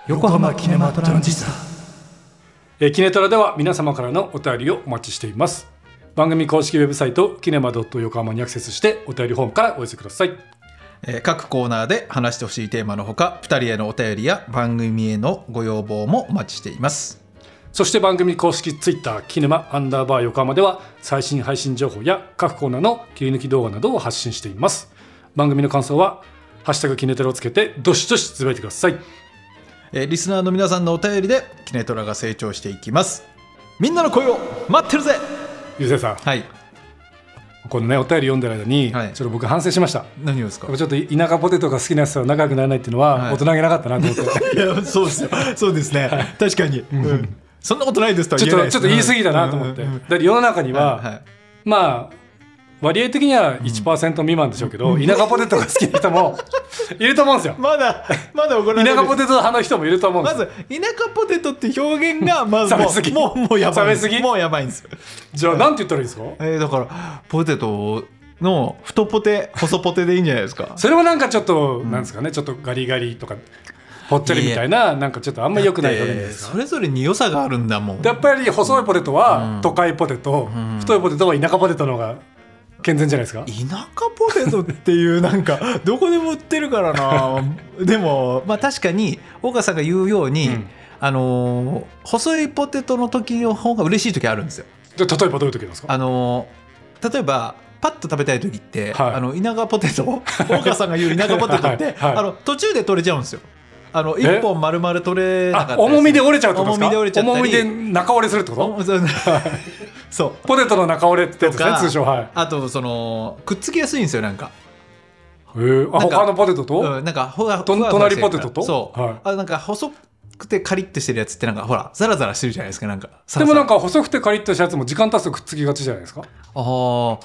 [SPEAKER 2] 横浜キネマトラン ジス
[SPEAKER 1] えーキネトラでは皆様からのお便りをお待ちしています番組公式ウェブサイトキネマドット横浜にアクセスしてお便りフォームからお寄せください
[SPEAKER 2] えー各コーナーで話してほしいテーマのほか2人へのお便りや番組へのご要望もお待ちしています
[SPEAKER 1] そして番組公式ツイッターキネマアンダーバー横浜では最新配信情報や各コーナーの切り抜き動画などを発信しています番組の感想はハッシュタグキネトラをつけてどしどしつぶやいてください
[SPEAKER 2] えーリスナーの皆さんのお便りでキネトラが成長していきますみんなの声を待ってるぜ
[SPEAKER 1] ゆうせいさん
[SPEAKER 2] はい
[SPEAKER 1] このねお便り読んでる間に、
[SPEAKER 2] はい
[SPEAKER 1] ちょっと僕反省しました
[SPEAKER 2] 何をですか
[SPEAKER 1] ちょっと田舎ポテトが好きな人は仲良くならないっていうのは
[SPEAKER 2] はい
[SPEAKER 1] 大人げなかったなと思 って、
[SPEAKER 2] いやそうですよそうですね、確かに、うんそんなことないですとは
[SPEAKER 1] ちょっ
[SPEAKER 2] 言えない
[SPEAKER 1] と
[SPEAKER 2] です
[SPEAKER 1] ちょっと言い過ぎだなと思って、
[SPEAKER 2] うんうんうん
[SPEAKER 1] だって世の中には、
[SPEAKER 2] はい
[SPEAKER 1] まあ割合的には1%未満でしょうけど、田舎ポテトが好きな人 もいると思うんですよ
[SPEAKER 2] まだまだ怒ら
[SPEAKER 1] 田
[SPEAKER 2] れない
[SPEAKER 1] 舎ポテト派の人もいると思うんで
[SPEAKER 2] ます
[SPEAKER 1] よ
[SPEAKER 2] ず田舎ポテトって表現がまずも
[SPEAKER 1] 冷めすぎ
[SPEAKER 2] うもうもうやばいんです
[SPEAKER 1] 冷めすぎ
[SPEAKER 2] もうやばいんですよ
[SPEAKER 1] じゃあなんて言ったらいいですか
[SPEAKER 2] えー、だからポテトの太ポテ細ポテでいいんじゃないです か
[SPEAKER 1] それはなんかちょっと、なんですかねちょっとガリガリとかぽっちゃりみたいななんかちょっとあんま良くない表現ですか
[SPEAKER 2] それぞれに良さがあるんだもん
[SPEAKER 1] でやっぱり細いポテトは都会ポテト、太いポテトは田舎ポテトの方が健全じゃないですか
[SPEAKER 2] 田舎ポテトっていうなん かどこでも売ってるからなでもまあ確かに大川さんが言うように、
[SPEAKER 1] うん
[SPEAKER 2] あのー細いポテトの時の方が嬉しい時あるんですよ
[SPEAKER 1] じゃあ例えばどういう時なんですか
[SPEAKER 2] あのー例えばパッと食べたい時って、
[SPEAKER 1] はい
[SPEAKER 2] あの田舎ポ テト大川さんが言う田舎ポテトって、
[SPEAKER 1] はいはい
[SPEAKER 2] あの途中で取れちゃうんですよあの一本丸々取れなかった
[SPEAKER 1] あ
[SPEAKER 2] りする
[SPEAKER 1] 重みで折れちゃうってことですか
[SPEAKER 2] 重みで折れちゃったり
[SPEAKER 1] 重みで中折れするってこと
[SPEAKER 2] おそうそう
[SPEAKER 1] ポテトの中折れってやつですね
[SPEAKER 2] とか
[SPEAKER 1] 通称はい、
[SPEAKER 2] あとそのくっつきやすいんですよなんか、
[SPEAKER 1] えー、あ
[SPEAKER 2] なんか
[SPEAKER 1] 他のポテトと、
[SPEAKER 2] うん、なんかほら
[SPEAKER 1] と
[SPEAKER 2] ふわふわし
[SPEAKER 1] 隣
[SPEAKER 2] てる
[SPEAKER 1] ポテトと
[SPEAKER 2] そう、
[SPEAKER 1] はい
[SPEAKER 2] あなんか細くてカリッとしてるやつってなんかほらザラザラしてるじゃないですかなんか
[SPEAKER 1] でもなん
[SPEAKER 2] か
[SPEAKER 1] か細くてカリッとしたやつも時間経つとくっつきがちじゃないですか
[SPEAKER 2] あー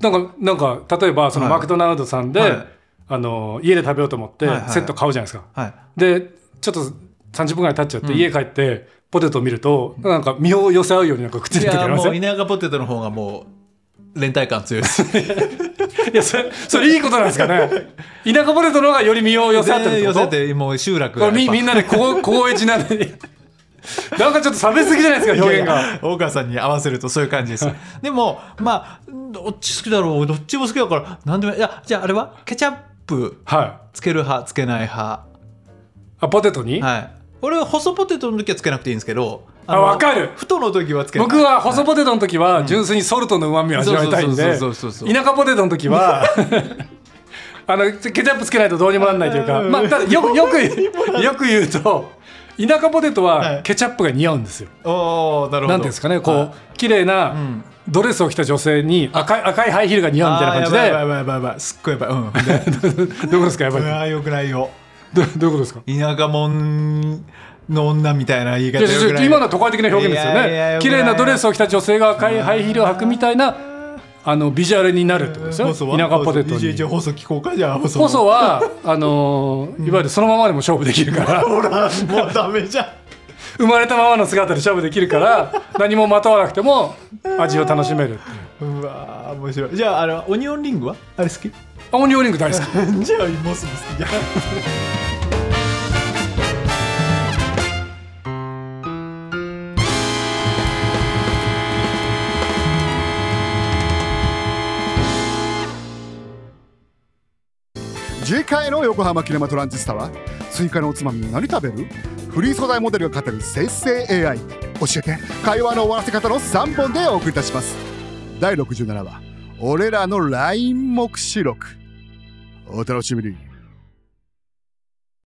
[SPEAKER 1] なんかなんか例えばその
[SPEAKER 2] はい
[SPEAKER 1] マクドナルドさんで、
[SPEAKER 2] はい
[SPEAKER 1] あの家で食べようと思って
[SPEAKER 2] はいはいはい
[SPEAKER 1] セット買うじゃないですか、
[SPEAKER 2] はい
[SPEAKER 1] でちょっと30分ぐらい経っちゃって家帰ってポテトを見るとなんか身を寄せ合うようになんかくっつい
[SPEAKER 2] い
[SPEAKER 1] てる時あ
[SPEAKER 2] や
[SPEAKER 1] りま
[SPEAKER 2] も
[SPEAKER 1] せん
[SPEAKER 2] う田舎ポテトの方がもう連帯感強いです
[SPEAKER 1] いやそれそれいいことなんですかね田舎ポテトの方がより身を寄せ合ってるって
[SPEAKER 2] 寄
[SPEAKER 1] こ
[SPEAKER 2] せ
[SPEAKER 1] と
[SPEAKER 2] てもう集落
[SPEAKER 1] こ
[SPEAKER 2] が
[SPEAKER 1] れみみん
[SPEAKER 2] な
[SPEAKER 1] なでこう高一なのになんかちょっと差別的じゃないですか、表現が。
[SPEAKER 2] 大川さんに合わせるとそういう感 じです。でも、まあ、どっち好きだろう、どっちも好きだから、なんでも、いや、じゃああれはケチャップ
[SPEAKER 1] はい。
[SPEAKER 2] つける派、つけない派。
[SPEAKER 1] あ、ポテトに、
[SPEAKER 2] はい。俺は細ポテトの時はつけなくていいんですけど、
[SPEAKER 1] あ、
[SPEAKER 2] の
[SPEAKER 1] わかる。
[SPEAKER 2] 太の時はつけない
[SPEAKER 1] 僕は細ポテトの時は純粋にソルトの旨味を味わいたいんで、
[SPEAKER 2] そうそうそうそうそうそう
[SPEAKER 1] 田舎ポテトの時 は、あの、ケチャップつけないとどうにもなんないというか、
[SPEAKER 2] うん
[SPEAKER 1] まあ、ただよく、よく、よく言うと、田舎ポテト
[SPEAKER 2] は
[SPEAKER 1] はいケチャップが似合うんですよ。
[SPEAKER 2] おーなるほ
[SPEAKER 1] なん
[SPEAKER 2] ど。
[SPEAKER 1] ていうんですかね、こう
[SPEAKER 2] は、
[SPEAKER 1] 綺麗な、
[SPEAKER 2] ん
[SPEAKER 1] ドレスを着た女性に赤い赤いハイヒールが似合うみたいな感じで
[SPEAKER 2] あーやばいやばいやばいやばい。すっごいやばい。うん。
[SPEAKER 1] どういうことですかやっぱ
[SPEAKER 2] う
[SPEAKER 1] り
[SPEAKER 2] わーよくないよ。
[SPEAKER 1] どどういうことですか
[SPEAKER 2] 田舎もんの女みたいな言い方
[SPEAKER 1] いや
[SPEAKER 2] よくない
[SPEAKER 1] 今のは都会的な表現ですよ
[SPEAKER 2] いやいやい
[SPEAKER 1] ね
[SPEAKER 2] や
[SPEAKER 1] 綺麗なドレスを着た女性が赤いハイヒールを履くみたいなあのビジュアルになるってことですよ
[SPEAKER 2] 放
[SPEAKER 1] 田
[SPEAKER 2] 送は
[SPEAKER 1] 舎ポテトに
[SPEAKER 2] 21放送聞こうかじゃあ放送
[SPEAKER 1] こそは あのーいわゆるそのままでも勝負できるから
[SPEAKER 2] ほらもうダメじゃん
[SPEAKER 1] 生まれたままの姿で勝負できるから何もまとわなくても味を楽しめるっていう
[SPEAKER 2] うわー面白いじゃああのオニオンリングはあれ好き じ
[SPEAKER 1] あオニオンリング大好き
[SPEAKER 2] ゃあモスも好きじゃん
[SPEAKER 3] 次回の横浜キネマトランジスタは追加のおつまみに何食べるフリー素材モデルが語る生成 AI 教えて会話の終わらせ方の3本でお送りいたします第67話「俺らの LINE 目視録」お楽しみに